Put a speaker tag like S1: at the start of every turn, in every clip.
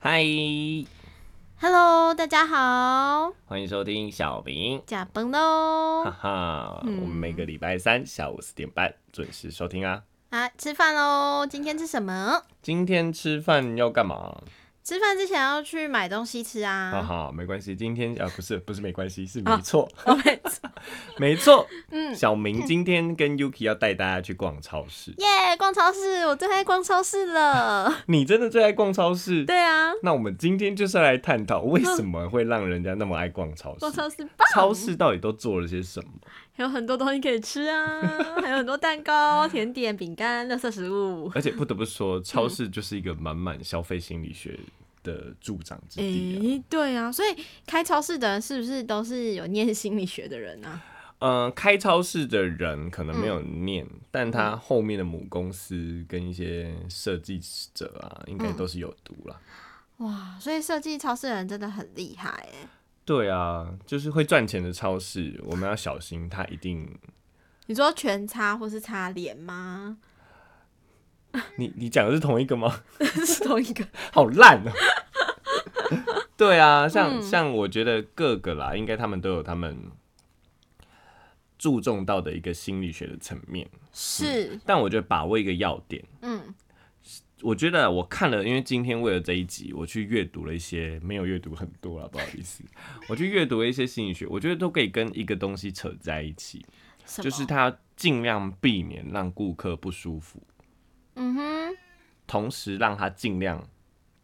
S1: 嗨，
S2: Hello，大家好，
S1: 欢迎收听小明，
S2: 假崩喽
S1: 哈哈，我们每个礼拜三下午四点半准时收听啊。
S2: 啊！吃饭喽！今天吃什么？
S1: 今天吃饭要干嘛？
S2: 吃饭之前要去买东西吃
S1: 哈
S2: 啊！
S1: 哈，没关系，今天啊不是不是没关系，是没错，
S2: 我们
S1: 没错， 嗯，小明今天跟 Yuki 要带大家去逛超市。
S2: 耶，逛超市，我最爱逛超市 了。
S1: 你真的最爱逛超市？
S2: 对啊，
S1: 那我们今天就是要来探讨为什么会让人家那么爱逛超市，
S2: 逛超市吧，
S1: 超市到底都做了些什 么？
S2: 有很多东西可以吃 啊，还有很多蛋糕、甜点、饼干、垃圾食物。
S1: 而且不得不说，
S2: 嗯
S1: 超市就是一个满满消费心理学的助长之地、啊。
S2: 对啊，所以开超市的人是不是都是有念心理学的人啊？
S1: 呃，开超市的人可能没有念，但他后面的母公司跟一些设计者啊，应该都是有毒啦。
S2: 哇，所以设计超市的人真的很厉害哎。
S1: 对啊，就是会赚钱的超市，我们要小心，它一定。
S2: 你说全擦或是擦脸吗？
S1: 你你讲的是同一个吗？
S2: 是同一个。
S1: 好烂哦、 对啊，像像我觉得各个啦，应该他们都有他们注重到的一个心理学的层面，
S2: 是，
S1: 但我觉得把握一个要点，
S2: 嗯，
S1: 我觉得我看了，因为今天为了这一集，我去阅读了一些，没有阅读很多了，不好意思，我去阅读了一些心理学，我觉得都可以跟一个东西扯在一起，
S2: 什
S1: 就是
S2: 么，
S1: 它尽量避免让顾客不舒服，
S2: 嗯哼，
S1: 同时让他尽量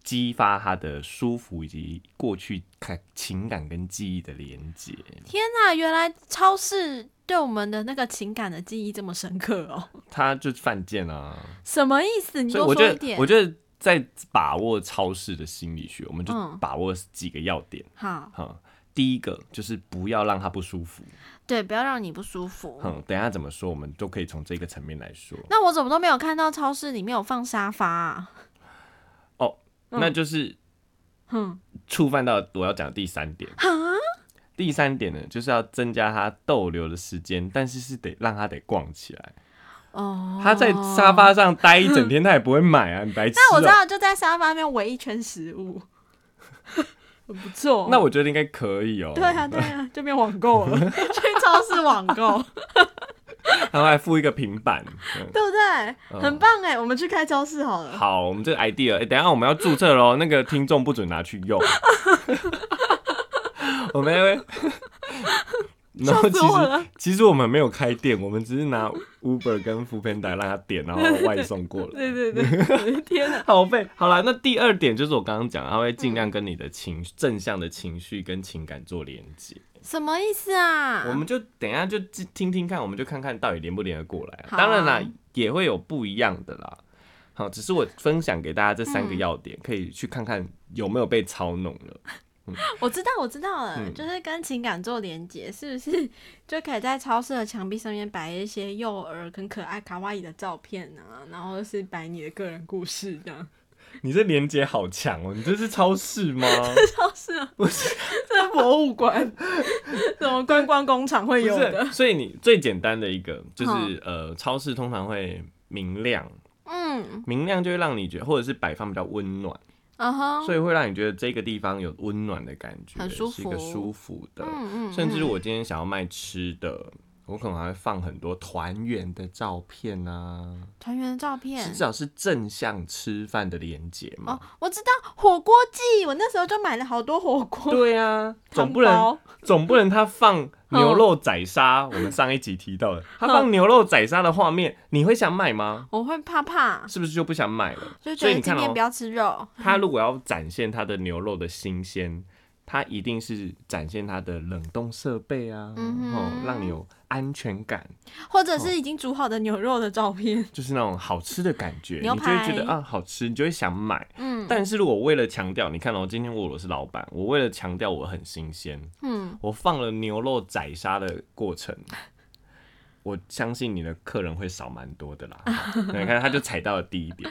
S1: 激发他的舒服以及过去感情感跟记忆的连接。
S2: 天哪、原来超市对我们的那个情感的记忆这么深刻哦，
S1: 他就犯贱啊！
S2: 什么意思？你
S1: 所以
S2: 多
S1: 我
S2: 说
S1: 觉
S2: 一
S1: 得，
S2: 点
S1: 我。觉得在把握超市的心理学，我们就
S2: 嗯
S1: 把握几个要点
S2: 好，
S1: 哈、第一个就是不要让他不舒服。
S2: 对，不要让你不舒服。
S1: 嗯，等一下怎么说，我们都可以从这个层面来说。
S2: 那我怎么都没有看到超市里面有放沙发、啊？
S1: 哦，
S2: 嗯
S1: 那就是
S2: 哼，
S1: 触犯到我要讲的第三点。第三点呢，就是要增加他逗留的时间，但是是得让他得逛起来。
S2: 哦，
S1: 他在沙。发上待一整天，他也不会买啊，你白痴、
S2: 那
S1: 哦
S2: 我知道，就在沙发那边围一圈食物， 很不错。
S1: 哦那我觉得应该可以哦。
S2: 对啊，对啊，就变网购 了，去超市网购，
S1: 然后还附一个平板。嗯
S2: 对不对？很棒哎，我们去开超市好了。
S1: 好，我们这个 idea，、诶等一哎下我们要注册 喽，那个听众不准拿去 用。我们 要，然后
S2: 笑
S1: 其
S2: 死我了
S1: 实其实我们没有开店，我们只是拿 Uber 跟 f o o p a n d a 让他点，然后外送过来。
S2: 对对对，我的天啊哪！
S1: 好费，好啦，那第二点就是我刚刚讲，他会尽量跟你的情、正向的情绪跟情感做连接。
S2: 什么意思啊？
S1: 我们就等一下就听听听看，我们就看看到底连不连得过来啊、
S2: 好啊
S1: 当然啦，也会有不一样的啦。好，只是我分享给大家这三
S2: 嗯
S1: 个要点，可以去看看有没有被操弄了。
S2: 我知道，我知道了，
S1: 嗯
S2: 就是跟情感做连接，是不是 就可以在超市的墙壁上面摆一些幼儿跟可爱卡哇伊的照片啊，然后是摆你的个人故事这样。
S1: 你这连接好强哦、你这是超市吗？
S2: 超市啊，
S1: 不是，
S2: 这是博物馆，什么观光工厂
S1: 不
S2: 会有的
S1: 是。。所以你最简单的一个就是呃，超市通常会明亮，
S2: 嗯，
S1: 明亮就会让你觉得，或者是摆放比较温暖。
S2: 啊哈，
S1: 所以会让你觉得这个地方有温暖的感觉，
S2: 很舒
S1: 是一个
S2: 服
S1: 舒服的。
S2: 嗯嗯
S1: 甚至我今天想要卖吃的，我可能还会放很多团圆的照片啊，
S2: 团员的照片
S1: 至。少是正向吃饭的连接嘛
S2: 哦。，我知道火锅季，我那时候就买了好多火锅，
S1: 对啊，
S2: 汤
S1: 总不能
S2: 包
S1: 总不能他放牛肉宰杀，我们上一集提
S2: 嗯
S1: 到的，他放牛肉宰杀的画面，你会想买吗？
S2: 我会怕怕，
S1: 是不是就不想买了？所
S2: 就觉
S1: 以
S2: 得
S1: 你
S2: 今
S1: 看
S2: 天
S1: 哦
S2: 不，要吃肉。
S1: 他如果要展现他的牛肉的新鲜，他一定是展现他的冷冻设备啊，
S2: 嗯哼
S1: 哦，让你有安全感，
S2: 或
S1: 哦
S2: 者是已经煮好的牛肉的照片。
S1: 就是那种好吃的感觉，你
S2: 牛
S1: 就会觉得
S2: 排
S1: 啊好吃，你就会想买。
S2: 嗯
S1: 但是如果为了强调，你看哦，今天我我是老板，我为了强调我很新鲜，
S2: 嗯，
S1: 我放了牛肉宰杀的过程。 我相信你的客人会少蛮多的啦，你看他就踩到了第一点，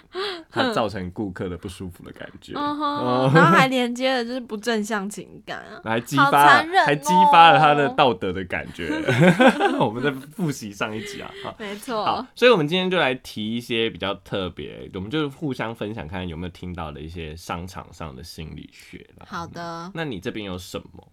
S1: 它造成顾客的不舒服的感觉，
S2: 嗯
S1: 哦
S2: 哼，然后还连接了就是不正向情感啊，
S1: 还激
S2: 好
S1: 发
S2: 残忍
S1: 还激发了他的
S2: 哦
S1: 道德的感觉。 我们在复习上一集啊，好，
S2: 没
S1: 好
S2: 错，，
S1: 所以我们今天就来提一些比较特别，我们就互相分享，看看有没有听到的一些商场上的心理学啦。
S2: 好的。
S1: 那你这边有什么？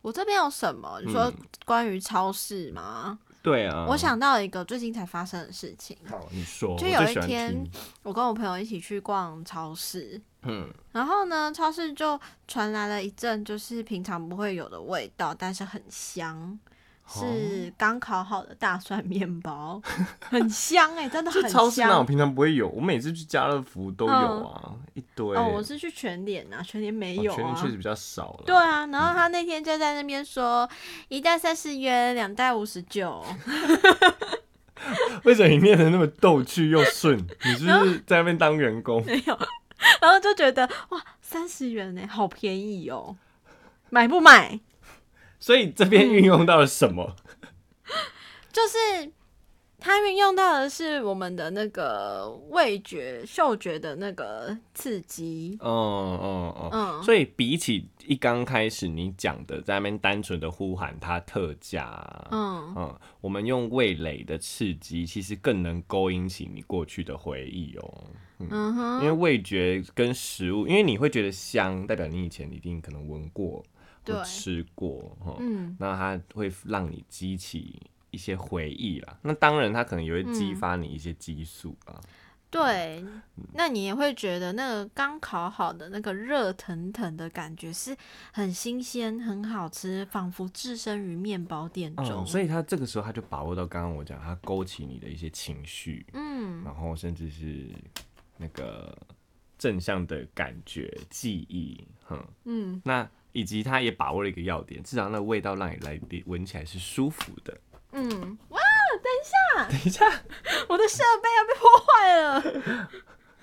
S2: 我这边有什么？你说
S1: 嗯
S2: 关于超市吗？
S1: 对啊，
S2: 我想到一个最近才发生的事情。
S1: 好，你说，
S2: 就
S1: 我
S2: 有
S1: 最
S2: 一
S1: 喜欢
S2: 天
S1: 听，
S2: 我跟我朋友一起去逛超市，
S1: 嗯，
S2: 然后呢，超市就传来了一阵就是平常不会有的味道，但是很香，是刚烤好的大蒜面包， 很香哎、真的
S1: 这
S2: 很
S1: 超市那我
S2: 香。
S1: 平常不会有，我每次去家乐福都有啊，一堆。
S2: 哦，我是去全脸啊，全脸没有
S1: 哦全年
S2: 啊
S1: 确。实比较少了。
S2: 对啊，然后他那天就在那边说，一袋三十元，两袋五十九。
S1: 为什么你念的那么逗趣又顺？你是不 是在那边当员工？
S2: 没有，然后就觉得哇，三十元呢，好便宜哦，买不买？
S1: 所以这边运用到了什么？
S2: 就是它运用到的是我们的那个味觉、嗅觉的那个刺激，
S1: 哦哦哦，
S2: 嗯
S1: 所以比起一刚开始你讲的在那边单纯的呼喊它特价，
S2: 嗯，
S1: 嗯，我们用味蕾的刺激，其实更能勾引起你过去的回忆哦。
S2: 嗯
S1: 因
S2: 哼，
S1: 为味觉跟食物，因为你会觉得香，代表你以前一定可能闻过或
S2: 对
S1: 吃过，哈、
S2: 嗯，
S1: 那它会让你激起一些回忆啦。那当然，它可能也会激
S2: 嗯
S1: 发你一些激素啊。
S2: 对，那你也会觉得那个刚烤好的那个热腾腾的感觉是很新鲜、很好吃，仿佛置身于面包店中。
S1: 哦嗯所以它这个时候，它就把握到刚刚我讲，它勾起你的一些情绪，
S2: 嗯，
S1: 然后甚至是那个正向的感觉、记忆，哼、
S2: 嗯，
S1: 那以及它也把握了一个要点，至少那个味道让你来闻起来是舒服的。
S2: 嗯，哇！
S1: 等一下，
S2: 我的设备要被破坏了。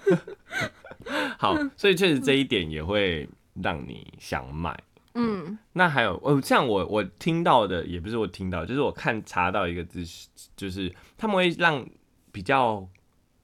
S1: 好，所以确实这一点也会让你想买。
S2: 嗯
S1: 那还有哦，像我我听到的也不是我听到，就是我看查到一个资讯，就是他们会让比较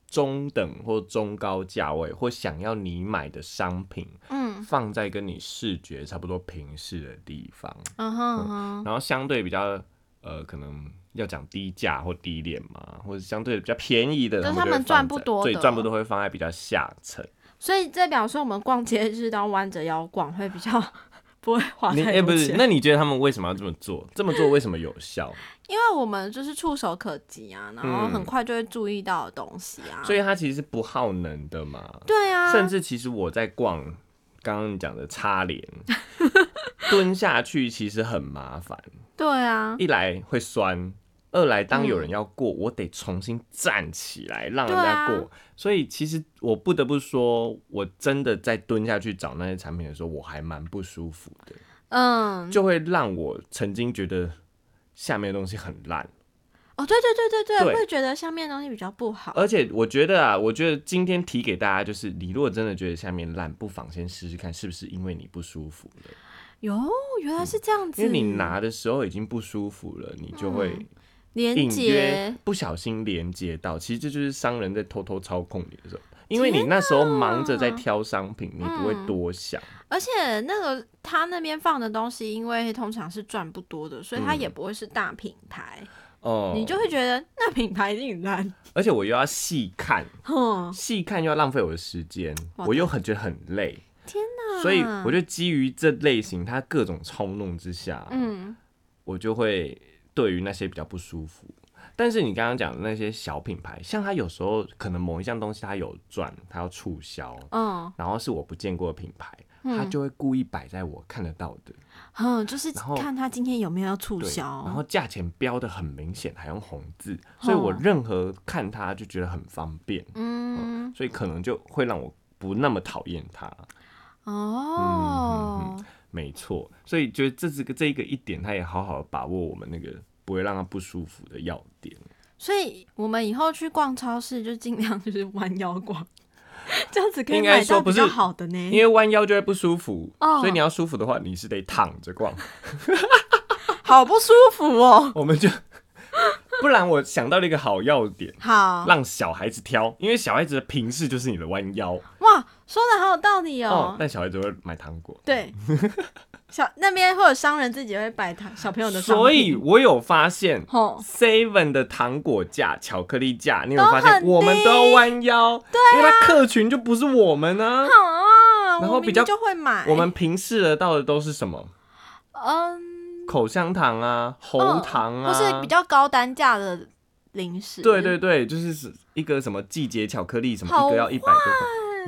S1: 中等或中高价位或想要你买的商品
S2: 嗯
S1: 放在跟你视觉差不多平视的地方，
S2: 嗯哼嗯哼
S1: 然后相对比较呃可能。要讲低价或低廉嘛，或者相对比较便宜的，
S2: 就是
S1: 他
S2: 他
S1: 们就会放
S2: 们赚不
S1: 在
S2: 多
S1: 对，
S2: 的
S1: 赚不多会放在比较下层。
S2: 所以这表示我们逛街就是当弯着腰逛会比较 不会花
S1: 你
S2: 啊太
S1: 哎、
S2: 多
S1: 不是，
S2: 钱
S1: 那你觉得他们为什么要这么做？这么做为什么有效？
S2: 因为我们就是触手可及啊，然后
S1: 嗯
S2: 很快就会注意到的东西啊。
S1: 所以它其实是不耗能的嘛。
S2: 对啊，
S1: 甚至其实我在逛刚刚你讲的擦脸，蹲下去其实很麻烦，
S2: 对 啊，
S1: 一来会酸。二来，当有
S2: 嗯
S1: 人要过，我得重新站起来让人
S2: 对
S1: 家
S2: 啊
S1: 过。所以，其实我不得不说，我真的在蹲下去找那些产品的时候，我还蛮不舒服的，
S2: 嗯，
S1: 就会让我曾经觉得下面的东西很烂。
S2: 哦，对对对对
S1: 对
S2: 对，会觉得下面的东西比较不好。
S1: 而且我觉得啊，我觉得今天提给大家就是，你如果真的觉得下面烂，不妨先试试看，是不是因为你不舒服了？
S2: 哟，原来是这嗯样
S1: 嗯
S2: 子，
S1: 因为你拿的时候已经不舒服了，你就会
S2: 连
S1: 隐约
S2: 接，
S1: 不小心连接到，其实这就是商人在偷偷操控你的时候，因为你那时候忙着在挑商品，你不会多想。
S2: 而且那个他那边放的东西，因为通常是赚不多的，所以它也不会是大品牌，
S1: 嗯哦、
S2: 嗯你就会觉得那品牌一定很烂。
S1: 而且我又要细看，
S2: 哼，
S1: 细看又要浪费我的时间，
S2: 哦哇嗯
S1: 我又很觉得很累，
S2: 天哪！
S1: 所以我就基于这类型，它各种操弄之下，
S2: 嗯
S1: 我就会对于那些比较不舒服。但是你刚刚讲的那些小品牌，像它有时候可能某一项东西它有赚，它要促销，
S2: 嗯
S1: 然后是我不见过的品牌，它
S2: 嗯
S1: 就会故意摆在我看得到的，
S2: 嗯，就是
S1: 然后
S2: 看他今天有没有要促
S1: 对，
S2: 销，
S1: 然后价钱标的很明显，还用红字，所以我
S2: 哦
S1: 任何看它就觉得很方便，
S2: 嗯
S1: 所以可能就会让我不那么讨厌它。嗯
S2: 哦，
S1: 没错，所以觉得这是个这一个一点，它也好好地把握我们那个不会让它不舒服的要点。
S2: 所以我们以后去逛超市就尽量就是弯腰逛，这样子可以
S1: 应该
S2: 买到
S1: 说不
S2: 比
S1: 是
S2: 较好的呢。
S1: 因为弯腰就会不舒服，
S2: 嗯哦
S1: 所以你要舒服的话，你是得躺着逛。
S2: 好不舒服哦，
S1: 我们就 不然我想到了一个好要点，
S2: 好
S1: 让小孩子挑，因为小孩子的平视就是你的弯腰
S2: 哇，说的好有道理
S1: 哦
S2: 哦。。
S1: 但小孩子会买糖果，
S2: 对，小那边会有商人自己会摆糖哦小朋友的商品，
S1: 所以我有发现
S2: 吼，
S1: Seven 的糖果架、巧克力架，你有没有
S2: 都
S1: 发
S2: 很啊
S1: 现我们都要弯腰，因为它客群就不是我们啊。
S2: 好啊，
S1: 然后
S2: 我明
S1: 比较
S2: 明就会买，
S1: 我们平视得到的都是什么？
S2: 嗯，
S1: 口香糖啊，喉糖啊，
S2: 哦或是比较高单价的零食，
S1: 对对对，就是是一个什么季节巧克力，什么一个要一百多块，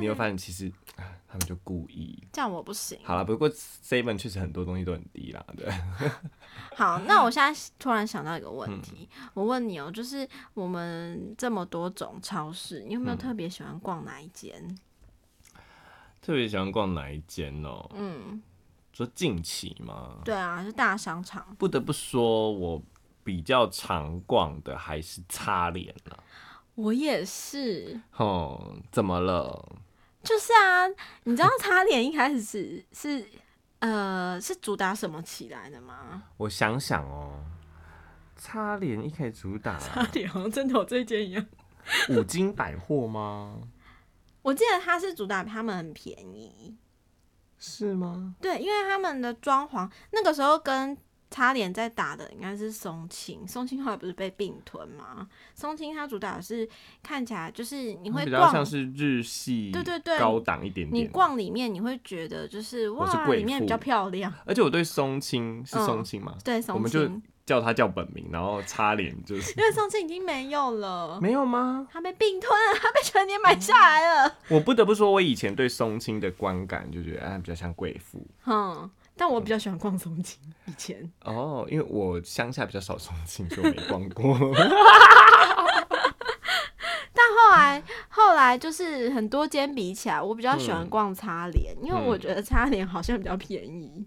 S1: 你会发现其实啊他们就故意。
S2: 这样我不行。
S1: 好啦，不过 Seven 确实很多东西都很低啦，对，
S2: 好，那我现在突然想到一个问题，我问你哦，就是我们这么多种超市，你有没有
S1: 嗯
S2: 特别喜欢逛哪一间？
S1: 特别喜欢逛哪一间哦、
S2: 嗯，
S1: 说近期嘛，
S2: 对啊，是大商场。
S1: 不得不说，我比较常逛的还是擦脸啊啦。
S2: 我也是，
S1: 哦，怎么了？
S2: 就是啊，你知道擦脸一开始是是呃是主打什么起来的吗？
S1: 我想想哦，擦脸一开始主打
S2: 擦脸好像真的有这间一样。
S1: 五金百货吗？
S2: 我记得它是主打他们很便宜，
S1: 是吗？
S2: 对，因为他们的装潢那个时候跟擦脸在打的应该是松青，松青后来不是被并吞吗？松青它主打的是看起来就是你会
S1: 比较像
S2: 逛，
S1: 是日系，
S2: 对对对
S1: 高档一点
S2: 你
S1: 点。
S2: 逛里面你会觉得就是
S1: 我是
S2: 哇，
S1: 贵
S2: 里面比
S1: 妇
S2: 较漂 亮，
S1: 而且我对松青是
S2: 嗯
S1: 松青吗？
S2: 对，
S1: 我
S2: 松
S1: 们就
S2: 青，
S1: 叫他叫本名，然后擦脸就是
S2: 因为松青已经没有了。
S1: 没有吗？
S2: 它被并吞了，它被全年买下来 了。
S1: 我不得不说，我以前对松青的观感就觉得啊，比较像贵妇
S2: 嗯，但我比较喜欢逛松青，以前
S1: 哦，因为我乡下比较少松青，所以我没逛过。
S2: 后来后来就是很多间比起来，我比较喜
S1: 嗯
S2: 欢逛擦脸，因为我觉得擦脸好像比较便宜。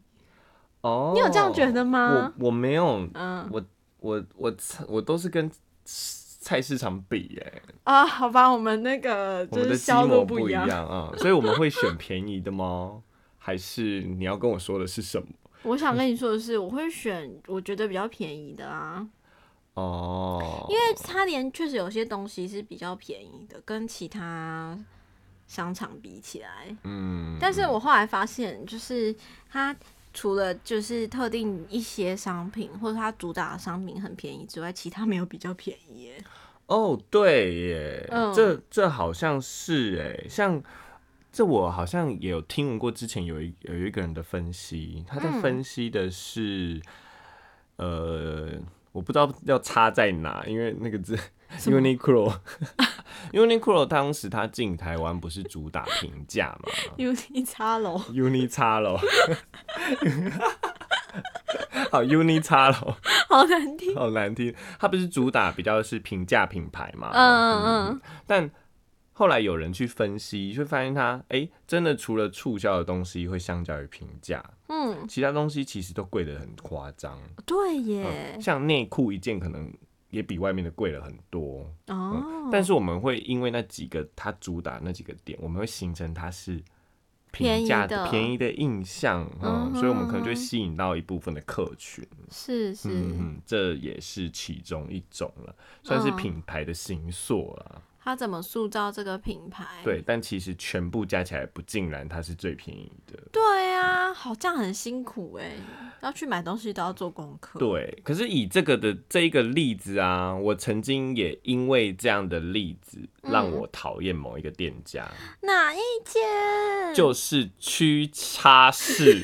S1: 哦，
S2: 你有这样觉得吗？
S1: 我我没有，
S2: 嗯
S1: 我我我我都是跟菜市场比、哎，
S2: 啊，好吧，我们那个
S1: 我
S2: 就
S1: 们的
S2: 是
S1: 鸡
S2: 销路
S1: 毛
S2: 不
S1: 不一
S2: 样。
S1: 样啊、所以我们会选便宜的吗？还是你要跟我说的是什么？
S2: 我想跟你说的是，我会选我觉得比较便宜的啊，
S1: 哦，
S2: 因为擦脸确实有些东西是比较便宜的，跟其他商场比起来。
S1: 嗯，
S2: 但是我后来发现，就是它除了就是特定一些商品或者它主打的商品很便宜之外，其他没有比较便宜耶。
S1: 哦，对耶，
S2: 嗯
S1: 这这好像是哎，像这我好像也有听闻过，之前有一有一个人的分析，他在
S2: 嗯
S1: 分析的是，呃，我不知道要插在哪，因为那个 字 Uniqlo，Uniqlo 当时他进台湾不是主打平价嘛
S2: U T 叉楼，
S1: ，Uni 叉喽， 好 Uni 叉喽。
S2: 好 难听。
S1: 好难听。它不是主打比较是平价品牌嘛？
S2: 嗯
S1: 嗯
S2: 嗯
S1: 嗯。但后来有人去分析，就发现它，哎、真的除了促销的东西会相较于平价，
S2: 嗯，
S1: 其他东西其实都贵得很夸张。
S2: 对耶
S1: 嗯，。像内裤一件可能也比外面的贵了很多，
S2: 哦，
S1: 但是我们会因为那几个它主打那几个点，我们会形成它是。
S2: 便
S1: 平
S2: 宜
S1: 价
S2: 的
S1: 便宜的印象，嗯，
S2: 嗯哼
S1: 所以我们可能就会
S2: 嗯哼
S1: 吸引到一部分的客群。
S2: 是是。
S1: 嗯，这也是其中一种了，算是
S2: 嗯
S1: 品牌的形塑啦。
S2: 他怎么塑造这个品牌？
S1: 对，但其实全部加起来不尽然，它是最便宜的。
S2: 对啊，好这样很辛苦哎，要去买东西都要做功课。
S1: 对，可是以这个的这一个例子啊，我曾经也因为这样的例子，
S2: 嗯
S1: 让我讨厌某一个店家，
S2: 哪一间？
S1: 就是屈叉 式。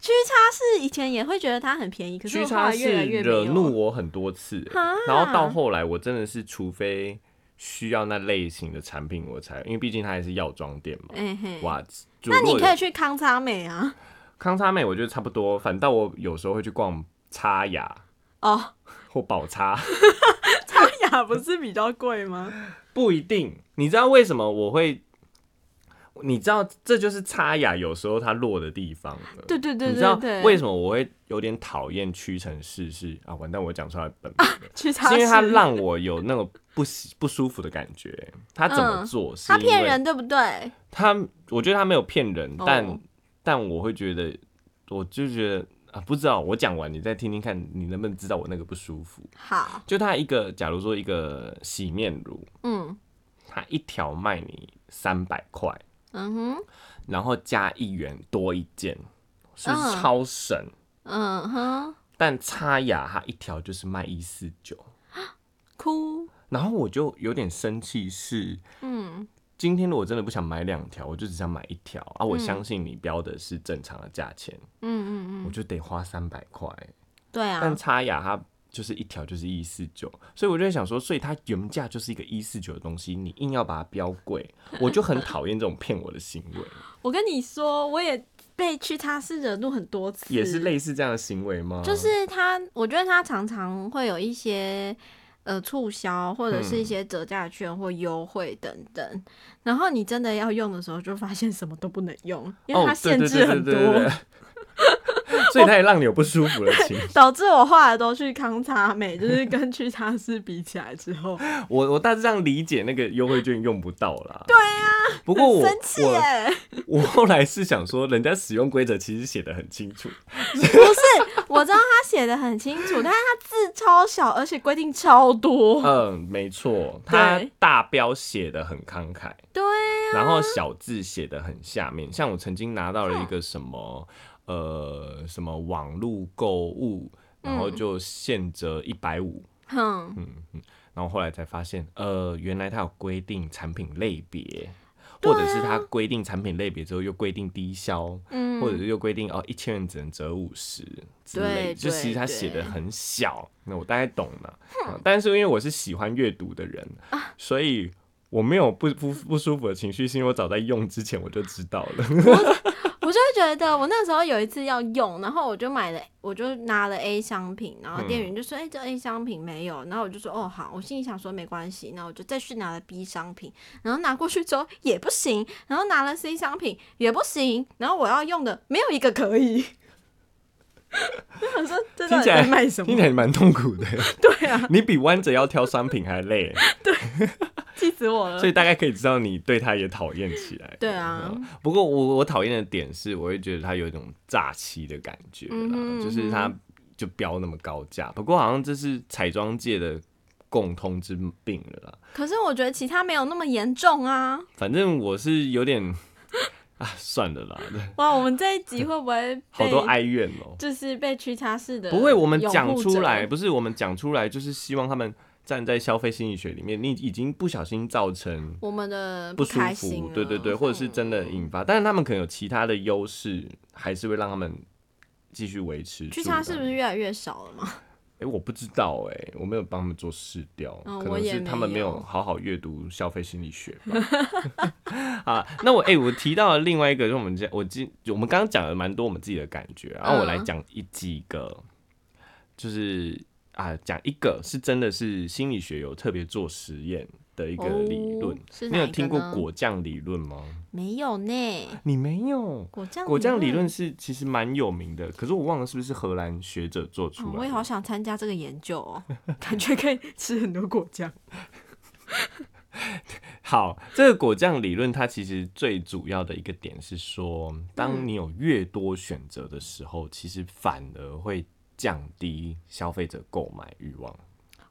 S2: 屈叉是以前也会觉得它很便宜，可是
S1: 屈
S2: 我后
S1: 叉
S2: 来
S1: 式
S2: 越来越没
S1: 惹
S2: 有
S1: 怒我很多次、
S2: 啊
S1: 然后到后来我真的是，除非需要那类型的产品，我才，因为毕竟它还是药妆店嘛，
S2: 哎嘿，
S1: 哇，就
S2: 那
S1: 如
S2: 你
S1: 果有
S2: 可以去康差美啊。
S1: 康差妹我觉得差不多，反倒我有时候会去逛差雅
S2: 哦，
S1: 或宝差，
S2: 差雅不是比较贵吗？
S1: 不一定。你知道为什么我会？你知道这就是差雅有时候它弱的地方了。
S2: 对对对
S1: 你知道
S2: 对对。
S1: 为
S2: 么
S1: 什么我会有点讨厌屈臣氏是啊？完蛋，我讲出来本名 了，
S2: 去叉
S1: 是
S2: 市？
S1: 因为它让我有那种不喜不舒服的感觉。他怎么
S2: 嗯
S1: 做？是
S2: 他
S1: 因
S2: 骗
S1: 为
S2: 人对不对？
S1: 他我觉得他没有骗人，但、
S2: 哦
S1: 但我会觉得，我就觉得啊，不知道我讲完，你再听听看，你能不能知道我那个不舒服？
S2: 好，
S1: 就它一个，假如说一个洗面乳，
S2: 嗯
S1: 它一条卖你三百块，
S2: 嗯哼，
S1: 然后加一元多一件，是不是
S2: 嗯
S1: 超省？
S2: 嗯哼，
S1: 但擦牙它一条就是卖一四九，
S2: 哭，
S1: 然后我就有点生气，是
S2: 嗯
S1: 今天如果真的不想买两条，我就只想买一条啊！我
S2: 嗯
S1: 相信你标的是正常的价钱，
S2: 嗯嗯
S1: 我
S2: 嗯，
S1: 就得花三百块。
S2: 对
S1: 但
S2: 啊，
S1: 擦牙它就是一条就是一四九，所以我就在想说，所以它原价就是一个一四九的东西，你硬要把它标贵，我就很讨厌这种骗我的行为，
S2: 我跟你说，我也被去他市惹怒很多次，
S1: 也是类似这样的行为吗？
S2: 就是他，我觉得他常常会有一些呃促销或者是一些折价券或优惠等等，然后你真的要用的时候，就发现什么都不能用，因为
S1: 哦
S2: 它
S1: 对
S2: 限
S1: 对
S2: 制
S1: 对
S2: 很多，
S1: 对对对 对所以它也让你有不舒服的情绪
S2: 导致我后来都去康差美，就是跟去他市比起来之后，
S1: 我我大致上理解那个优惠券用不到啦。对呀、 不过哦我
S2: 啊生气耶！
S1: 我我后来是想说，人家使用规则其实写的很清楚，
S2: 不是，我知道他写的很清楚，但是他字超小，而且规定超多。
S1: 嗯，没错，它
S2: 对
S1: 大标写的很慷慨，
S2: 对
S1: 然后小字写的很下面。像我曾经拿到了一个什么呃什么网络购物，然
S2: 嗯
S1: 后就现折一百五，
S2: 哼、
S1: 嗯然后后来才发现，呃，原来它有规定产品类别，或
S2: 啊
S1: 者是它规定产品类别之后又规定低消，
S2: 嗯，
S1: 或者是又规定哦一千元只能折五十之类的，
S2: 对
S1: 就其实
S2: 对
S1: 它写的
S2: 对
S1: 很小，那我大概懂了、啊但是因为我是喜欢阅读的人，
S2: 啊
S1: 所以。我没有不不不舒服的情绪，是因为我早在用之前我就知道了。
S2: 我就会觉得，我那时候有一次要用，然后我就买了，我就拿了 A 商品，然后
S1: 嗯
S2: 店员就说：“哎、这 A 商品没有。”然后我就说：“哦，好。”我心里想说没关系，那我就再去拿了 B 商品，然后拿过去之后也不行，然后拿了 C 商品也不行，然后我要用的没有一个可以。 我想说，这
S1: 听
S2: 到底
S1: 起
S2: 在
S1: 来
S2: 卖什
S1: 听
S2: 么
S1: 起？来蛮痛 苦的。
S2: 对啊，
S1: 你比弯着腰挑商品还累，
S2: 嗯气死我了
S1: 所。以嗯大概可以知道你对它也讨厌起来。
S2: 对啊，
S1: 不过我我讨厌的点是，我会觉得它有一种诈欺的感觉啦，
S2: 嗯哼
S1: 就是它就标那么高价。不过好像这是彩妆界的共通之病了啦。
S2: 可是我觉得其他没有那么严重啊。
S1: 反正我是有点 啊，算了啦，
S2: 哇，我们这一集会不会被
S1: 好多哀怨哦、
S2: 就是被屈叉式的？
S1: 不会，我们讲出来，不是我们讲出来，就是希望他们站在消费心理学里面，你已经不小心造成
S2: 我们的
S1: 不舒
S2: 开心
S1: 服
S2: 了，
S1: 对对对，或者是
S2: 嗯
S1: 真的引发，但是他们可能有其他的优势，还是会让他们继续维持住的。
S2: 屈叉是不是越来越少了嘛？
S1: 哎、我不知道哎、我没有帮他们做试调，
S2: 嗯
S1: 可
S2: 我
S1: 能
S2: 也
S1: 是他们
S2: 没
S1: 没有
S2: 有
S1: 好好阅读消费心理学吧。 啊，那我哎、我提到了另外一个，就是我们这我今我们刚刚讲了蛮多我们自己的感觉，然后我来
S2: 嗯
S1: 讲一几个，就是啊，讲一个是真的是心理学有特别做实验的一个理论。
S2: 哦是
S1: 你
S2: 哪
S1: 有
S2: 一个
S1: 听过
S2: 呢
S1: 果酱理论吗？
S2: 没有呢？
S1: 你没有？
S2: 果酱
S1: 果酱理论是其实蛮有名的，可是我忘了是不是荷兰学者做出
S2: 哦
S1: 来的。
S2: 我也好想参加这个研究哦， 感觉可以吃很多果酱。
S1: 好，这个果酱理论它其实最主要的一个点是说，
S2: 嗯
S1: 当你有越多选择的时候，其实反而会降低消费者购买欲望。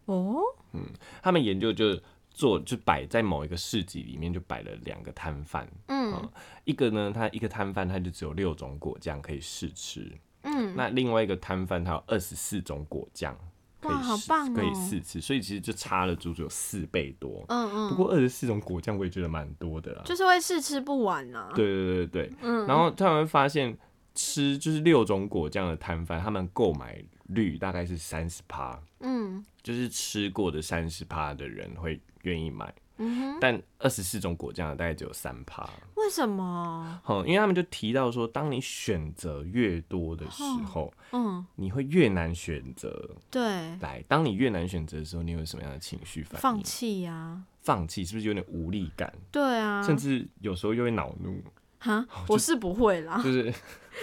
S2: 哦，
S1: 他们研究就做就摆在某一个市集里面，就摆了两个摊贩，
S2: 嗯
S1: 一个呢，它一个摊贩它就只有六种果酱可以试吃，
S2: 嗯，
S1: 那另外一个摊贩它有二十四种果酱可以
S2: 哇好
S1: 试
S2: 棒
S1: 可以
S2: 哦
S1: 试吃，所以其实就差了足足有四倍多。
S2: 嗯
S1: 不
S2: 嗯，
S1: 过二十四种果酱我也觉得蛮多的啦，
S2: 就是会试吃不完啊。，
S1: 对对对对，
S2: 嗯
S1: 然后他们发现吃就是六种果酱的摊贩，他们购买率大概是三十趴，
S2: 嗯
S1: 就是吃过的三十趴的人会愿意买，
S2: 嗯哼，
S1: 但二十四种果酱的大概只有三趴。
S2: 为什么？
S1: 好、因为他们就提到说，当你选择越多的时候，
S2: 嗯，
S1: 你会越难选择。
S2: 对，
S1: 来，当你越难选择的时候，你有什么样的情绪反应？
S2: 放弃呀。
S1: 放弃是不是有点无力感？
S2: 对啊，
S1: 甚至有时候又会恼怒，
S2: 哈，我是不 会啦，
S1: 就是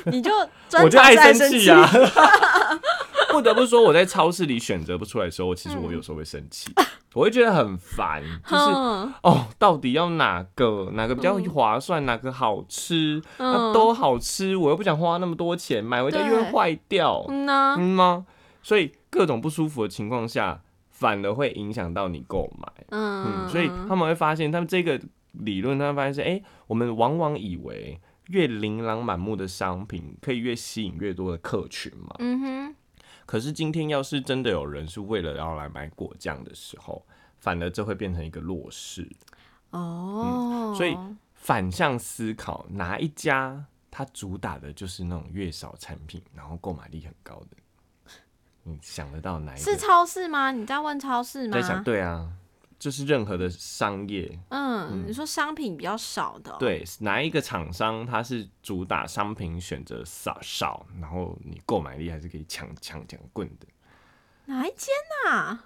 S2: 你就
S1: 我
S2: 啊专
S1: 就
S2: 长在
S1: 爱
S2: 生
S1: 气 啊。
S2: 嗯
S1: 不得不说，我在超市里选择不出来的时候，其实我有时候会生气。我会觉得很烦，就是
S2: 哼
S1: 哦，到底要哪个哪个比较划算，哪个好吃，那
S2: 嗯
S1: 都好吃，我又不想花那么多钱，买回家
S2: 对
S1: 又会坏掉，
S2: 嗯呐，
S1: 嗯吗？所以各种不舒服的情况下，反而会影响到你购买。嗯，
S2: 嗯，
S1: 所以
S2: 嗯
S1: 他们会发现，他们这个理论，他们发现是，哎、我们往往以为越琳琅满目的商品可以越吸引越多的客群嘛。
S2: 嗯
S1: 可是今天要是真的有人是为了要来买果酱的时候，反而这会变成一个弱势。
S2: 哼，哦，
S1: 嗯所以反向思考，哪一家它主打的就是那种月少产品，然后购买力很高的，你想得到哪一个？
S2: 是超市吗？你在问超市吗？
S1: 在想，对啊，就是任何的商业，
S2: 嗯，你说商品比较少的哦，
S1: 对，哪一个厂商它是主打商品选择少少，然后你购买力还是可以抢抢抢棍的？
S2: 哪一间呐？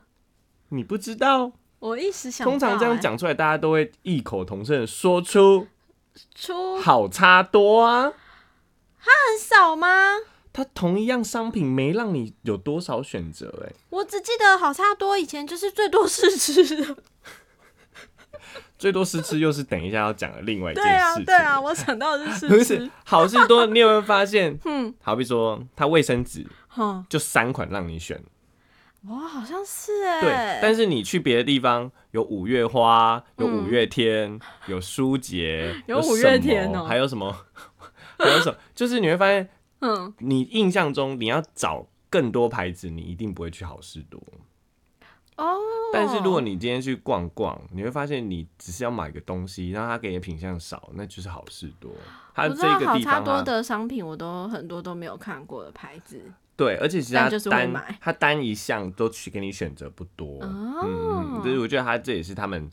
S1: 你不知道，
S2: 我一时想不
S1: 通常这
S2: 到
S1: 样
S2: 欸，
S1: 讲出来，大家都会异口同声的说出
S2: 出
S1: 好差多啊。
S2: 很少吗？
S1: 它同一样商品没让你有多少选择、欸，
S2: 我只记得好差多以前就是最多试吃的，
S1: 最多试吃又是等一下要讲的另外一件
S2: 对啊
S1: 事情。
S2: 对啊，我想到的是
S1: 不
S2: 试
S1: 是
S2: 吃，
S1: 好事多，你有没有发现？
S2: 嗯，
S1: 好比说，它卫生纸
S2: 哈，
S1: 就三款让你选，
S2: 哇，好像是哎，
S1: 对，但是你去别的地方，有五月花，有五月天，有舒洁，
S2: 嗯 有
S1: 什么
S2: 五月天哦
S1: 还有什么？ 还有什么？就是你会发现，
S2: 嗯，
S1: 你印象中你要找更多牌子，你一定不会去好事多。
S2: 哦，
S1: 但是如果你今天去逛逛，你会发现你只是要买个东西，然后它给你的品相少，那就是好事多。它
S2: 我
S1: 这
S2: 知道
S1: 个
S2: 好
S1: 地
S2: 差
S1: 方啊
S2: 多
S1: 它
S2: 的商品，我都很多都没有看过的牌子
S1: 对，而且其实
S2: 但
S1: 它
S2: 就是会
S1: 单
S2: 买
S1: 它单一项都去给你选择不多，嗯，嗯
S2: 哦
S1: 就是我觉得它这也是他们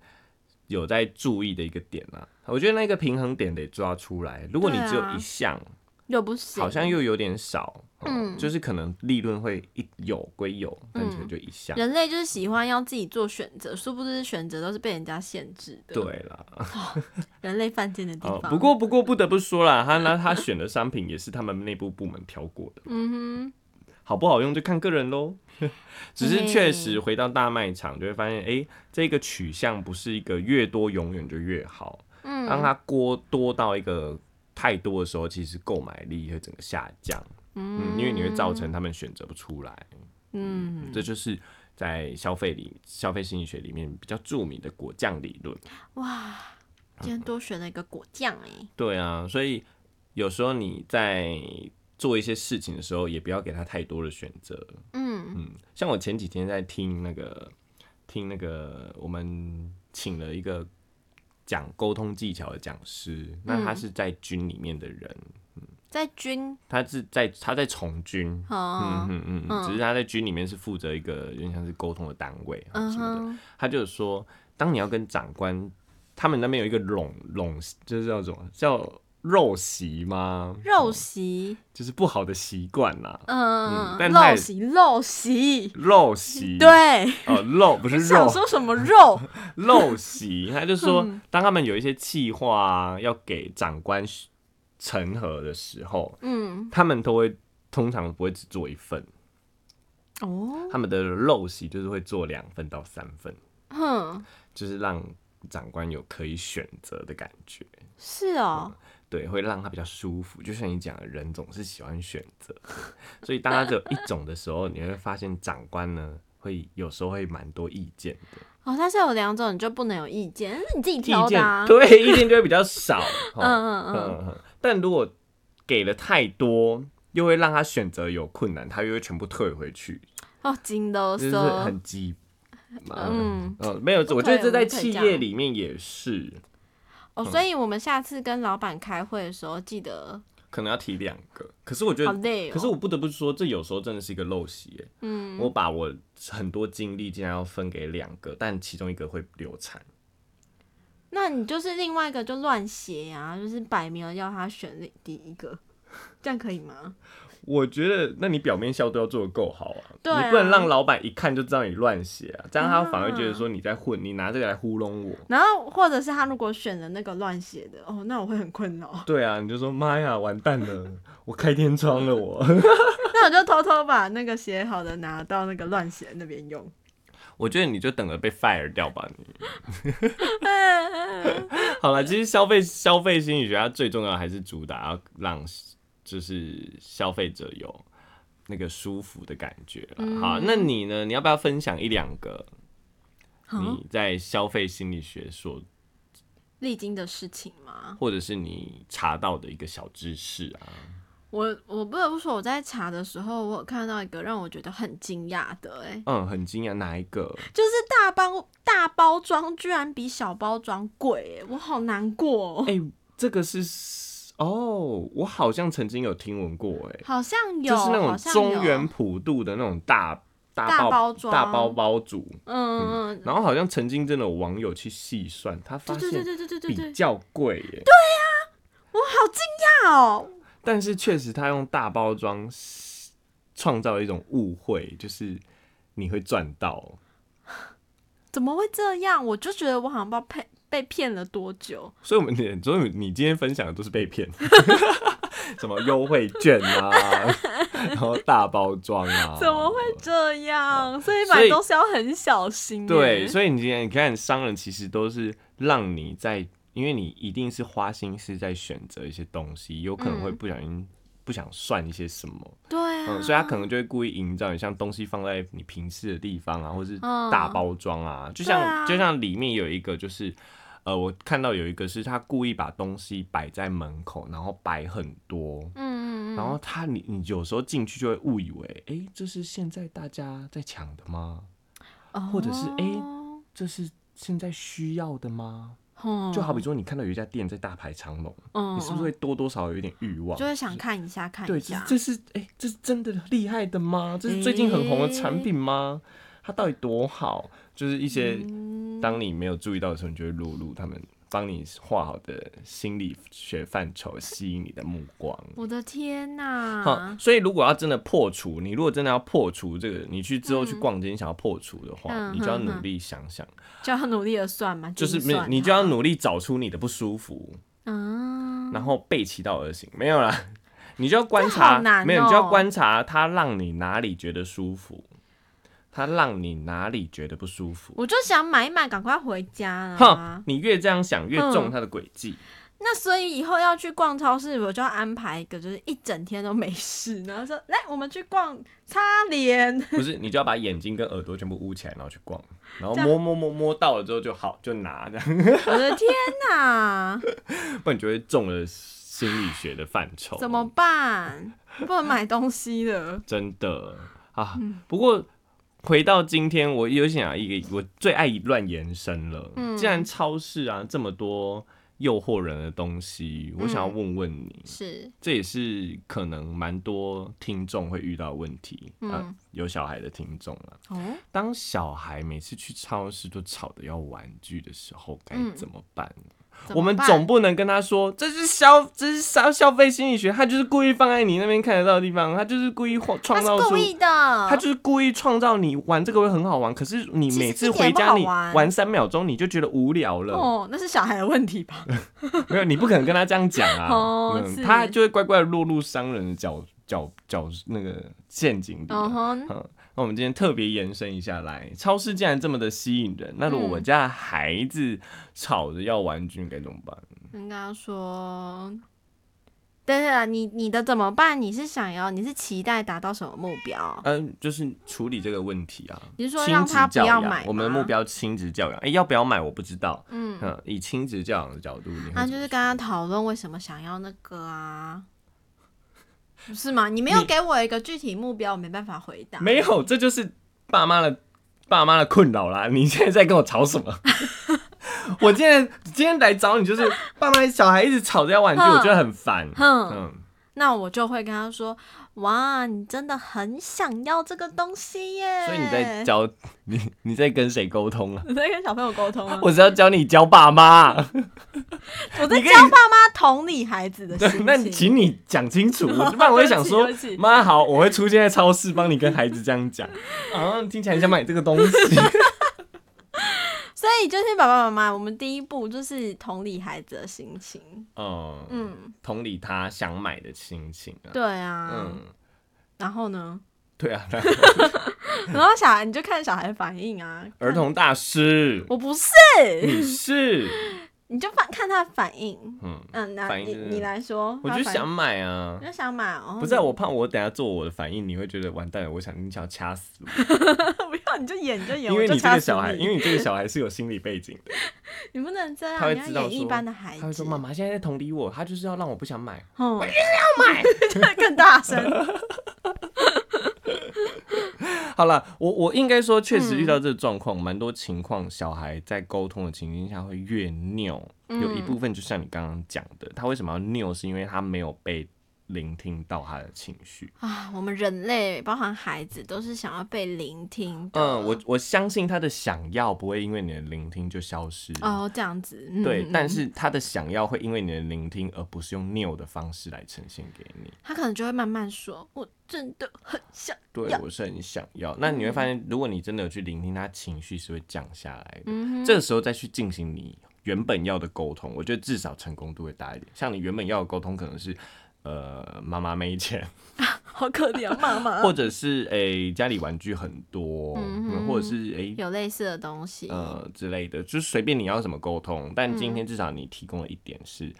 S1: 有在注意的一个点啦。我觉得那个平衡点得抓出来，如果你
S2: 对啊
S1: 只有一项，
S2: 又不行，
S1: 好像又有点少，嗯，
S2: 嗯
S1: 就是可能利润会一有归有，但可能就一项。
S2: 人类就是喜欢要自己做选择，殊不知选择都是被人家限制的。，
S1: 对啦，
S2: 人类犯贱的地
S1: 哦
S2: 方。，
S1: 不，过不过不得不说啦，他那他选的商品也是他们内部部门挑过的，
S2: 嗯
S1: 好不好用就看个人喽。 只是确实回到大卖场就会发现，哎、这个取向不是一个越多永远就越好，
S2: 哼，嗯，
S1: 当它过多到一个太多的时候，其实购买力会整个下降，嗯，因为你会造成他们选择不出来，
S2: 嗯，
S1: 这就是在消费里消费心理学里面比较著名的果酱理论。
S2: 哇，今天多选了一个果酱哎、
S1: 对啊，所以有时候你在做一些事情的时候，也不要给他太多的选择。
S2: 嗯
S1: 嗯，像我前几天在听那个听那个，我们请了一个讲沟通技巧的讲师，那
S2: 嗯
S1: 他是在军里面的人，
S2: 在军，
S1: 他是在他在从军。
S2: 哦
S1: 嗯，嗯嗯嗯，
S2: 嗯
S1: 只是他在军里面是负责一个有点像是沟通的单位啊
S2: 嗯
S1: 什么的。
S2: 哼，
S1: 他就说，当你要跟长官，他们那边有一个拢拢，就是叫什么叫肉席吗？
S2: 肉席，
S1: 就是不好的习惯啊啦。
S2: 嗯，
S1: 但他也
S2: 肉席，肉席，
S1: 陋习，，
S2: 对，
S1: 哦，陋不是
S2: 想
S1: 肉，
S2: 说嗯什么肉？
S1: 陋习。他就说，当他们有一些计划啊，要给长官成核的时候，
S2: 嗯，
S1: 他们都会通常不会只做一份，
S2: 哦，
S1: 他们的陋习就是会做两份到三份，
S2: 哼，
S1: 就是让长官有可以选择的感觉。
S2: 是哦，
S1: 嗯对，会让他比较舒服。就像你讲的，人总是喜欢选择 的，所以当他只有一种的时候，你会发现长官呢会有时候会蛮多意见的，
S2: 哦，但是有两种你就不能有意见，那是你自己挑
S1: 意
S2: 的
S1: 见
S2: 啊。
S1: 对意见就会比较 少。
S2: 嗯
S1: 齁
S2: 嗯嗯，
S1: 嗯嗯，但如果给了太多，又会让他选择有困难，他又会全部退回去，
S2: 哦，金都
S1: 就是
S2: 说，
S1: 很 鸡。嗯
S2: 嗯
S1: 嗯，没有，
S2: 不
S1: 我觉
S2: 可以
S1: 得这
S2: 我们
S1: 在
S2: 不可
S1: 企
S2: 以这
S1: 业
S2: 样
S1: 里面也是，
S2: 哦，
S1: 嗯
S2: 所以我们下次跟老板开会的时候，记得
S1: 可能要提两个。可是我觉得
S2: 好累哦。
S1: 可是我不得不说，这有时候真的是一个陋习耶。
S2: 嗯，
S1: 我把我很多精力竟然要分给两个，但其中一个会流产。
S2: 那你就是另外一个就乱写啊，就是摆明了要他选那第一个，这样可以吗？
S1: 我觉得，那你表面效都要做得够好啊，
S2: 对啊
S1: 你不能让老板一看就知道你乱写啊，这样他反而觉得说你在混，你拿这个来糊弄我。。
S2: 然后或者是他如果选了那个乱写的，哦，那我会很困扰
S1: 对啊，你就说妈呀，完蛋了，我开天窗了我。
S2: 那我就偷偷把那个写好的拿到那个乱写的那边用。
S1: 我觉得你就等着被 fire 掉吧你。好了，其实消费消费心理学它最重要的还是主打要让就是消费者有那个舒服的感觉啦。好，那你呢？你要不要分享一两个
S2: 好
S1: 你在消费心理学所，
S2: 历经的事情吗？
S1: 或者是你查到的一个小知识啊？
S2: 我我不得不说，我在查的时候，我有看到一个让我觉得很惊讶的、欸，
S1: 嗯，很惊讶，哪一个？
S2: 就是大包大包装居然比小包装贵、欸，我好难过、哦
S1: 哎、这个是哦，我好像曾经有听闻过、哎，
S2: 好像有，
S1: 就是那
S2: 好
S1: 种
S2: 像
S1: 中
S2: 有
S1: 原，普渡的那种大大
S2: 大
S1: 包
S2: 包装
S1: 大包包组，
S2: 嗯嗯，
S1: 然后好像曾经真的有网友去细算，他
S2: 对
S1: 发
S2: 对对
S1: 现
S2: 对对对对
S1: 比
S2: 对，
S1: 较贵耶，
S2: 我好惊讶哦，
S1: 但是确实他用大包装创造了一种误会，就是你会赚到，
S2: 怎么会这样？我就觉得我好像不知道被被骗了多久，
S1: 所以我们你所以你今天分享的都是被 骗，什么优惠券啊，然后大包装啊，
S2: 怎么会这样？所以
S1: 所
S2: 买
S1: 以
S2: 东西要很小心、欸。
S1: 对，所以你今天你看，商人其实都是让你在，因为你一定是花心思在选择一些东西，有可能会
S2: 嗯
S1: 不小心、不想算一些什么，
S2: 对啊，
S1: 嗯，所以他可能就会故意营造你像东西放在你平视的地方啊，或是
S2: 嗯
S1: 大包装啊，就
S2: 对
S1: 像、
S2: 啊
S1: 就像里面有一个就是。呃，我看到有一个是他故意把东西摆在门口，然后摆很多，
S2: 嗯嗯嗯，
S1: 然后他你你有时候进去就会误以为，诶，这是现在大家在抢的吗？或者是诶
S2: 哦
S1: 这是现在需要的吗？
S2: 哼
S1: 就好比说，你看到有一家店在大排长龙，
S2: 嗯，
S1: 你是不是会多多少少有一点欲望？
S2: 就会想看一下看
S1: 对，
S2: 一
S1: 这是？
S2: 下
S1: 这是哎、这是真的厉害的吗？这是最近很红的产品吗？它到底多好？就是一些
S2: 嗯
S1: 当你没有注意到的时候，你就会落入他们帮你画好的心理学范畴，吸引你的目光。
S2: 我的天呐、
S1: 好，所以如果要真的破除，你如果真的要破除这个，你去之后去逛街，你想要破除的话，
S2: 嗯
S1: 你就要
S2: 哼
S1: 努
S2: 哼
S1: 力想想，
S2: 就要努力的算嘛，
S1: 就是
S2: 精
S1: 没有
S2: 算
S1: 你就要
S2: 它
S1: 努力找出你的不舒服，
S2: 啊，
S1: 然后背其道而行，没有啦， 你就要观
S2: 这
S1: 察，
S2: 好难哦
S1: 没有，你就要观察它让你哪里觉得舒服，它让你哪里觉得不舒服。
S2: 我就想买一买，赶快回家
S1: 哼
S2: 啦。，
S1: 你越这样想，越中
S2: 嗯
S1: 它的诡计。
S2: 那所以以后要去逛超市，我就要安排一个，就是一整天都没事，然后说来我们去逛擦脸，
S1: 不是，你就要把眼睛跟耳朵全部捂起来，然后去逛，然后
S2: 这样
S1: 摸摸摸摸到了之后就好，就拿这样，
S2: 我的天呐，
S1: 不然你就会中了心理学的范畴。
S2: 怎么办？不能买东西了。
S1: 真的啊。
S2: 嗯
S1: 不过回到今天，我有想要一个我最爱乱延伸了。
S2: 嗯
S1: 既然超市啊这么多诱惑人的东西，我想要问问你，
S2: 是，
S1: 这也是可能蛮多听众会遇到的问题。
S2: 嗯
S1: 啊有小孩的听众啊，
S2: 哦，
S1: 当小孩每次去超市都吵着要玩具的时候，该
S2: 嗯
S1: 怎么办？
S2: 怎么
S1: 我们
S2: 办
S1: 总不能跟他说这是消这是消消费心理学，他就是故意放在你那边看得到的地方，他就是故意创创
S2: 他是
S1: 造出
S2: 故意的，
S1: 他就是故意创造你玩这个会很好玩，可是你每次回
S2: 嗯其实一点
S1: 家
S2: 都
S1: 你
S2: 不好玩
S1: 玩三秒钟你就觉得无聊了，
S2: 哦，那是小孩的问题吧？
S1: 没有你不可能跟他这样讲啊，
S2: 哦
S1: 嗯
S2: 是
S1: 他就会乖乖地落入商人的脚脚脚那个陷阱里
S2: 嗯
S1: 了。
S2: 哼，
S1: 嗯，那我们今天特别延伸一下来，超市既然这么的吸引人，那如果
S2: 嗯
S1: 我家的孩子吵着要玩具该怎么办？
S2: 跟他说，等等啊，你你的怎么办？你是想要，你是期待达到什么目标？
S1: 嗯，就是处理这个问题啊。
S2: 你是说
S1: 亲
S2: 让
S1: 子
S2: 他不
S1: 教
S2: 要
S1: 养，
S2: 买吗？
S1: 我们的目标亲子教养，哎、要不要买我不知道。
S2: 嗯，
S1: 嗯，以亲子教养的角度，你会怎
S2: 那啊就
S1: 么
S2: 是
S1: 说
S2: 跟他讨论为什么想要那个啊，不是吗？你没有
S1: 你
S2: 给我一个具体目标，我没办法回答。
S1: 没有，这就是爸妈的爸妈的困扰啦。 你现在在跟我吵什么？ 我今天今天来找你，就是 爸妈小孩一直吵着要玩具，
S2: 哼
S1: 我觉得很烦。
S2: 哼，
S1: 嗯，
S2: 那我就会跟他说：“哇，你真的很想要这个东西耶！”
S1: 所以你在 教你你在跟谁沟通啊？
S2: 你在跟小朋友沟通啊？
S1: 我是要教你教爸妈，
S2: 我在
S1: 你可以
S2: 教爸妈同理孩子的
S1: 对
S2: 心，情。
S1: 那你请你讲清 楚，不然我也想说
S2: 对不起对不起，
S1: 妈好，我会出现在超市帮你跟孩子这样 讲，啊，听起来你想买这个东西，
S2: 所以就是爸爸妈妈，我们第一步就是同理孩子的心情。
S1: 嗯，
S2: 嗯，
S1: 同理他想买的心情啊，
S2: 对啊。
S1: 嗯，
S2: 然后呢？
S1: 对啊，
S2: 然后小孩你就看小孩反应啊。
S1: 儿童大 师，
S2: 我不是，
S1: 你是，
S2: 你就反看他的反应。
S1: 嗯，
S2: 嗯，那
S1: 反应
S2: 你
S1: 就是
S2: 你来说，
S1: 我
S2: 他
S1: 就
S2: 的反应
S1: 想买啊
S2: 你，就想买哦，
S1: 不是啊、我怕我等下做我的反应，你会觉得完蛋了，我想你想要掐死 我，
S2: 不要，你就演就演，
S1: 因为
S2: 哎我就
S1: 你这个
S2: 掐死
S1: 小孩，因
S2: 为
S1: 为你这个小孩是有心理背景 的，
S2: 你不能这样，
S1: 他会
S2: 你要
S1: 知道
S2: 演一
S1: 说
S2: 般的孩子，
S1: 他会说妈妈现在在同理我，他就是要让我不想买，
S2: 嗯，我就是 要买，更大声。
S1: 好了，我我应该说，确实遇到这个状况，蛮、多情况，小孩在沟通的情境下会越拗，
S2: 嗯
S1: 有一部分就像你刚刚讲的，他为什么要拗，是因为他没有被聆听到他的情绪。
S2: 啊，我们人类包含孩子都是想要被聆听的。
S1: 嗯，我我相信他的想要不会因为你的聆听就消失。
S2: 哦这样子，嗯、
S1: 对，
S2: 嗯
S1: 但是他的想要会因为你的聆听，而不是用拗的方式来呈现给你。
S2: 他可能就会慢慢说，我真的很想
S1: 对
S2: 要，
S1: 我是很想要。那你会发现，如果你真的有去聆听，他情绪是会降下来的。
S2: 嗯
S1: 这个时候再去进行你原本要的沟通，我觉得至少成功度会大一点。像你原本要的沟通，可能是呃妈妈没钱，
S2: 好可怜，啊妈妈
S1: 或者是诶、家里玩具很多，嗯或者是诶。
S2: 有类似的东西。
S1: 呃之类的，就是随便你要怎么沟通，但
S2: 嗯
S1: 今天至少你提供了一点是，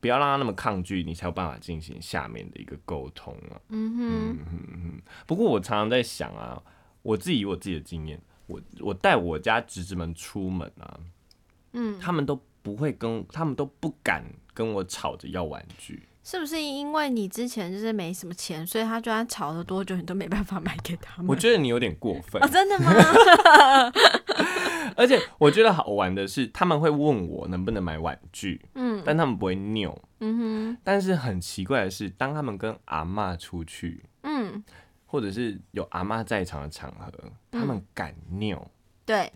S1: 不要让他那么抗拒，你才有办法进行下面的一个沟通啊。
S2: 嗯哼，
S1: 不过我常常在想啊，我自己以我自己的经验，我我带我家侄子们出门啊，
S2: 嗯，
S1: 他们都不会跟，他们都不敢跟我吵着要玩具。
S2: 是不是因为你之前就是没什么钱，所以他就算吵了多久，你都没办法买给他
S1: 我
S2: 们？
S1: 觉得你有点过分
S2: 哦，，真 的吗？
S1: 而且我觉得好玩的是，他们会问我能不能买玩具，
S2: 嗯
S1: 但他们不会拗。
S2: 嗯
S1: 但是很奇怪的是，当他们跟阿嬷出去，
S2: 哼，嗯，
S1: 或者是有阿嬷在场的场合，他们敢拗。
S2: 嗯对，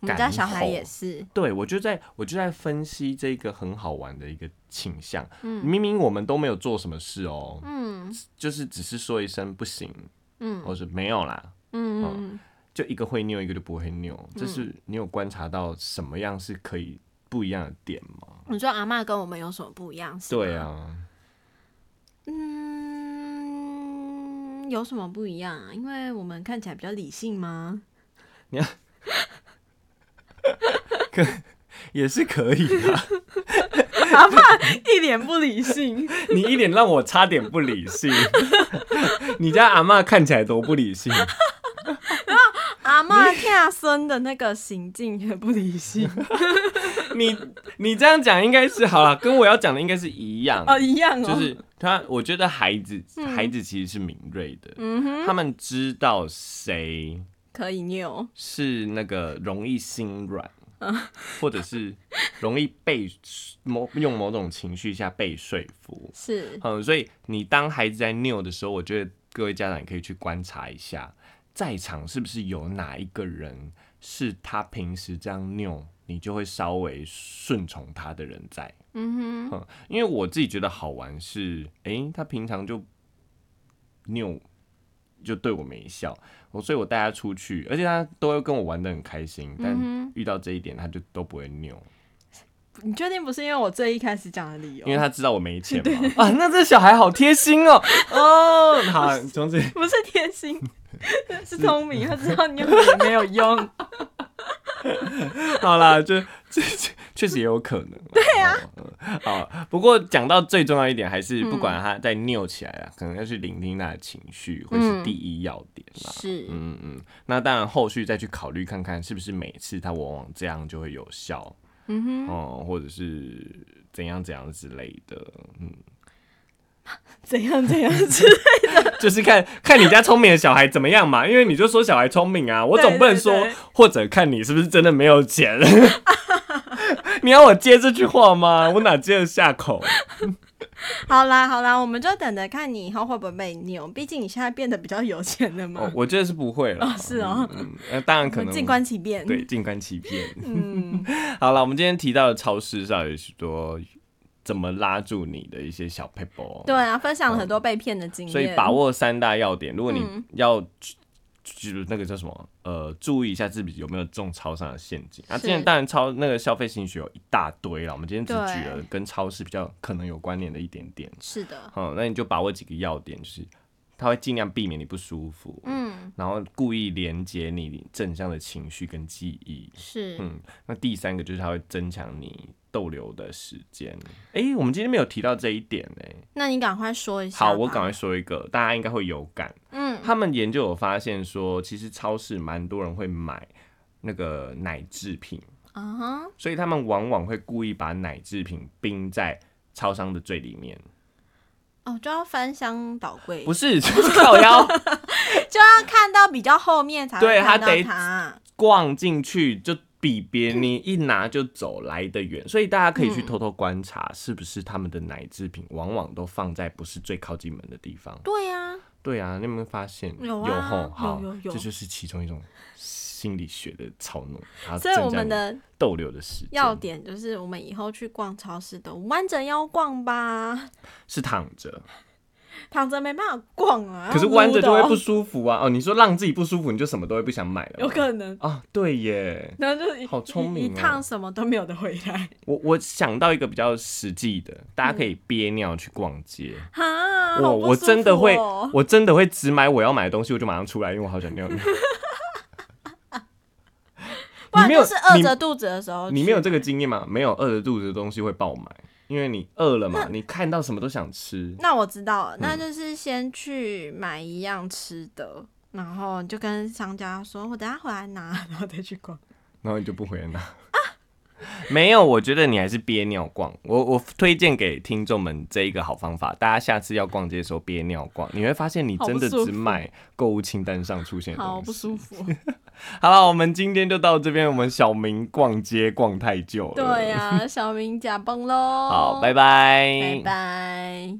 S2: 我们
S1: 敢
S2: 家小孩
S1: 吼
S2: 也是，
S1: 对，我就在我就在分析这个很好玩的一个倾向。明明我们都没有做什么事哦，
S2: 嗯
S1: 就是只是说一声不行，
S2: 嗯
S1: 或者没有啦，
S2: 嗯嗯
S1: 就一个会扭，一个就不会扭。这是你有观察到什么样是可以不一样的点吗？
S2: 嗯，你说阿嬷跟我们有什么不一样？是
S1: 对
S2: 吗
S1: 啊，
S2: 嗯，有什么不一样啊？因为我们看起来比较理 性吗？
S1: 也是可以啊的。
S2: 阿爸一脸不 理性，
S1: 你一脸让我差点不理性，你家阿嬷看起来多不理性。
S2: 阿妈跳孙的那个行径也不 理性
S1: 你你这样讲应该是好了，跟我要讲的应该是一样。
S2: 哦，一样哦。
S1: 就是他，我觉得孩子孩子其实是敏锐的，
S2: 嗯哼，
S1: 他们知道谁
S2: 可以扭，
S1: 是那个容易心软，
S2: 嗯
S1: 或者是容易被某用某种情绪下被说服。
S2: 是
S1: 嗯，所以你当孩子在拗的时候，我觉得各位家长也可以去观察一下，在场是不是有哪一个人是他平时这样拗，你就会稍微顺从他的人在。
S2: 嗯哼，
S1: 嗯，因为我自己觉得好玩是，诶，他平常就拗，就对我没笑，我所以我带他出去，而且他都会跟我玩的很开心，但
S2: 嗯
S1: 遇到这一点他就都不会拗，
S2: 你确定不是因为我最一开始讲的理由
S1: 因为？他知道我没钱嘛。 啊，那这小孩好贴心哦，哦，好，从此
S2: 不是贴 心，是聪明，他知道扭也没有用。
S1: 好啦，就这这确实也有可能。对啊、好，不过讲到最重要一点，还是不
S2: 嗯
S1: 管他在拗起来啊，可能要去聆听他的情绪，会是
S2: 嗯
S1: 第一要点啦。
S2: 是，
S1: 嗯嗯，那当然后续再去考虑看看，是不是每次他往往这样就会有效，
S2: 嗯哼，
S1: 哦、或者是怎样怎样之类的，嗯，
S2: 怎样怎样是
S1: 就是看看你家聪明的小孩怎么样嘛，因为你就说小孩聪明啊，我
S2: 对
S1: 总不能说
S2: 对对
S1: 或者看你是不是真的没有钱， 你要我接这句话吗？我哪接得下口？
S2: 好啦好啦，我们就等着看你以后会不会被扭，毕竟你现在变得比较有钱了 嘛。
S1: 哦，我觉得是不会了、
S2: 哦是哦
S1: 嗯，嗯那、当然
S2: 我
S1: 可
S2: 们
S1: 能
S2: 静观其变。
S1: 对，静观其变。
S2: 嗯，
S1: 好了，我们今天提到的超市上有许多怎么拉住你的一些小哦 paper，
S2: 对，啊，分享了很多被骗的经验，
S1: 哦所以把
S2: 握
S1: 握三大要点。如果你
S2: 嗯
S1: 要就是那个叫什么，呃，注意一下自己有没有中超商的陷阱。啊，
S2: 是
S1: 今天当然超那个消费心理学有一大堆了，我们今天只
S2: 对
S1: 举了跟超市比较可能有关联的一点点。
S2: 是的，
S1: 好、那你就把握几个要点，就是他会尽量避免你不舒服，
S2: 嗯，
S1: 然后故意连接你正向的情绪跟记忆。
S2: 是，
S1: 嗯，那第三个就是它会增强你逗留的时间。诶，我们今天没有提到这一点呢、
S2: 那你赶快说一下。
S1: 好，我赶快，说一个，大家应该会有感。
S2: 嗯，
S1: 他们研究有发现说，其实超市蛮多人会买那个奶制品，
S2: 啊哈，
S1: 所以他们往往会故意把奶制品冰在超商的最里 面。
S2: 哦，就要翻箱倒柜，
S1: 不是，就是靠腰
S2: 就要看到比较后面才会
S1: 对
S2: 看到
S1: 他得
S2: 它。
S1: 逛进去就。比别人你一拿就走来得远，所以大家可以去偷偷观察，是不是他们的奶制品往往都放在不是最靠近门的地方。
S2: 对呀、
S1: 对啊，你有没有发现？
S2: 嗯有啊
S1: 有吼好
S2: 有有有
S1: 这就是其中一种心理学的操弄，然后
S2: 所以我
S1: 增加
S2: 们
S1: 你
S2: 的
S1: 逗留的时
S2: 要
S1: 间
S2: 点就是，我们以后去逛超市都弯着腰逛吧，
S1: 是躺着，
S2: 躺着没办法逛啊。
S1: 可是弯着就会
S2: 要撸
S1: 不
S2: 的哦
S1: 舒服啊。哦，你说让自己不舒服，你就什么都会不想买了吗。
S2: 哦有可能。
S1: 啊，对耶，
S2: 然后就是一
S1: 好聪明
S2: 一
S1: 哦
S2: 一趟什么都没有的回来，
S1: 我我想到一个比较实际的，大家可以憋尿去逛街。
S2: 哈，
S1: 我
S2: 嗯啊好不
S1: 我真的会
S2: 舒服哦，
S1: 我真的会只买我要买的东西，我就马上出来，因为我好想尿 尿。
S2: 不然
S1: 你没有
S2: 就是饿
S1: 你
S2: 着肚子的时候去，
S1: 你没有这个经验吗？没有饿着肚子的东西会爆买，因为你饿了嘛，你看到什么都想吃。
S2: 那我知道了，
S1: 嗯
S2: 那就是先去买一样吃的，然后就跟商家说，我等下回来拿，然后再去逛。
S1: 然后你就不回来拿。 没有，我觉得你还是憋尿逛。我我推荐给听众们这一个好方法，大家下次要逛街的时候憋尿逛，你会发现你真的
S2: 好不舒
S1: 只
S2: 服
S1: 买购物清单上出现的
S2: 好
S1: 东
S2: 不
S1: 西。
S2: 舒服。
S1: 好了，我们今天就到这边。我们小明逛街逛太久了。
S2: 啊对、呀、小明假崩喽。
S1: 好，拜
S2: 拜拜。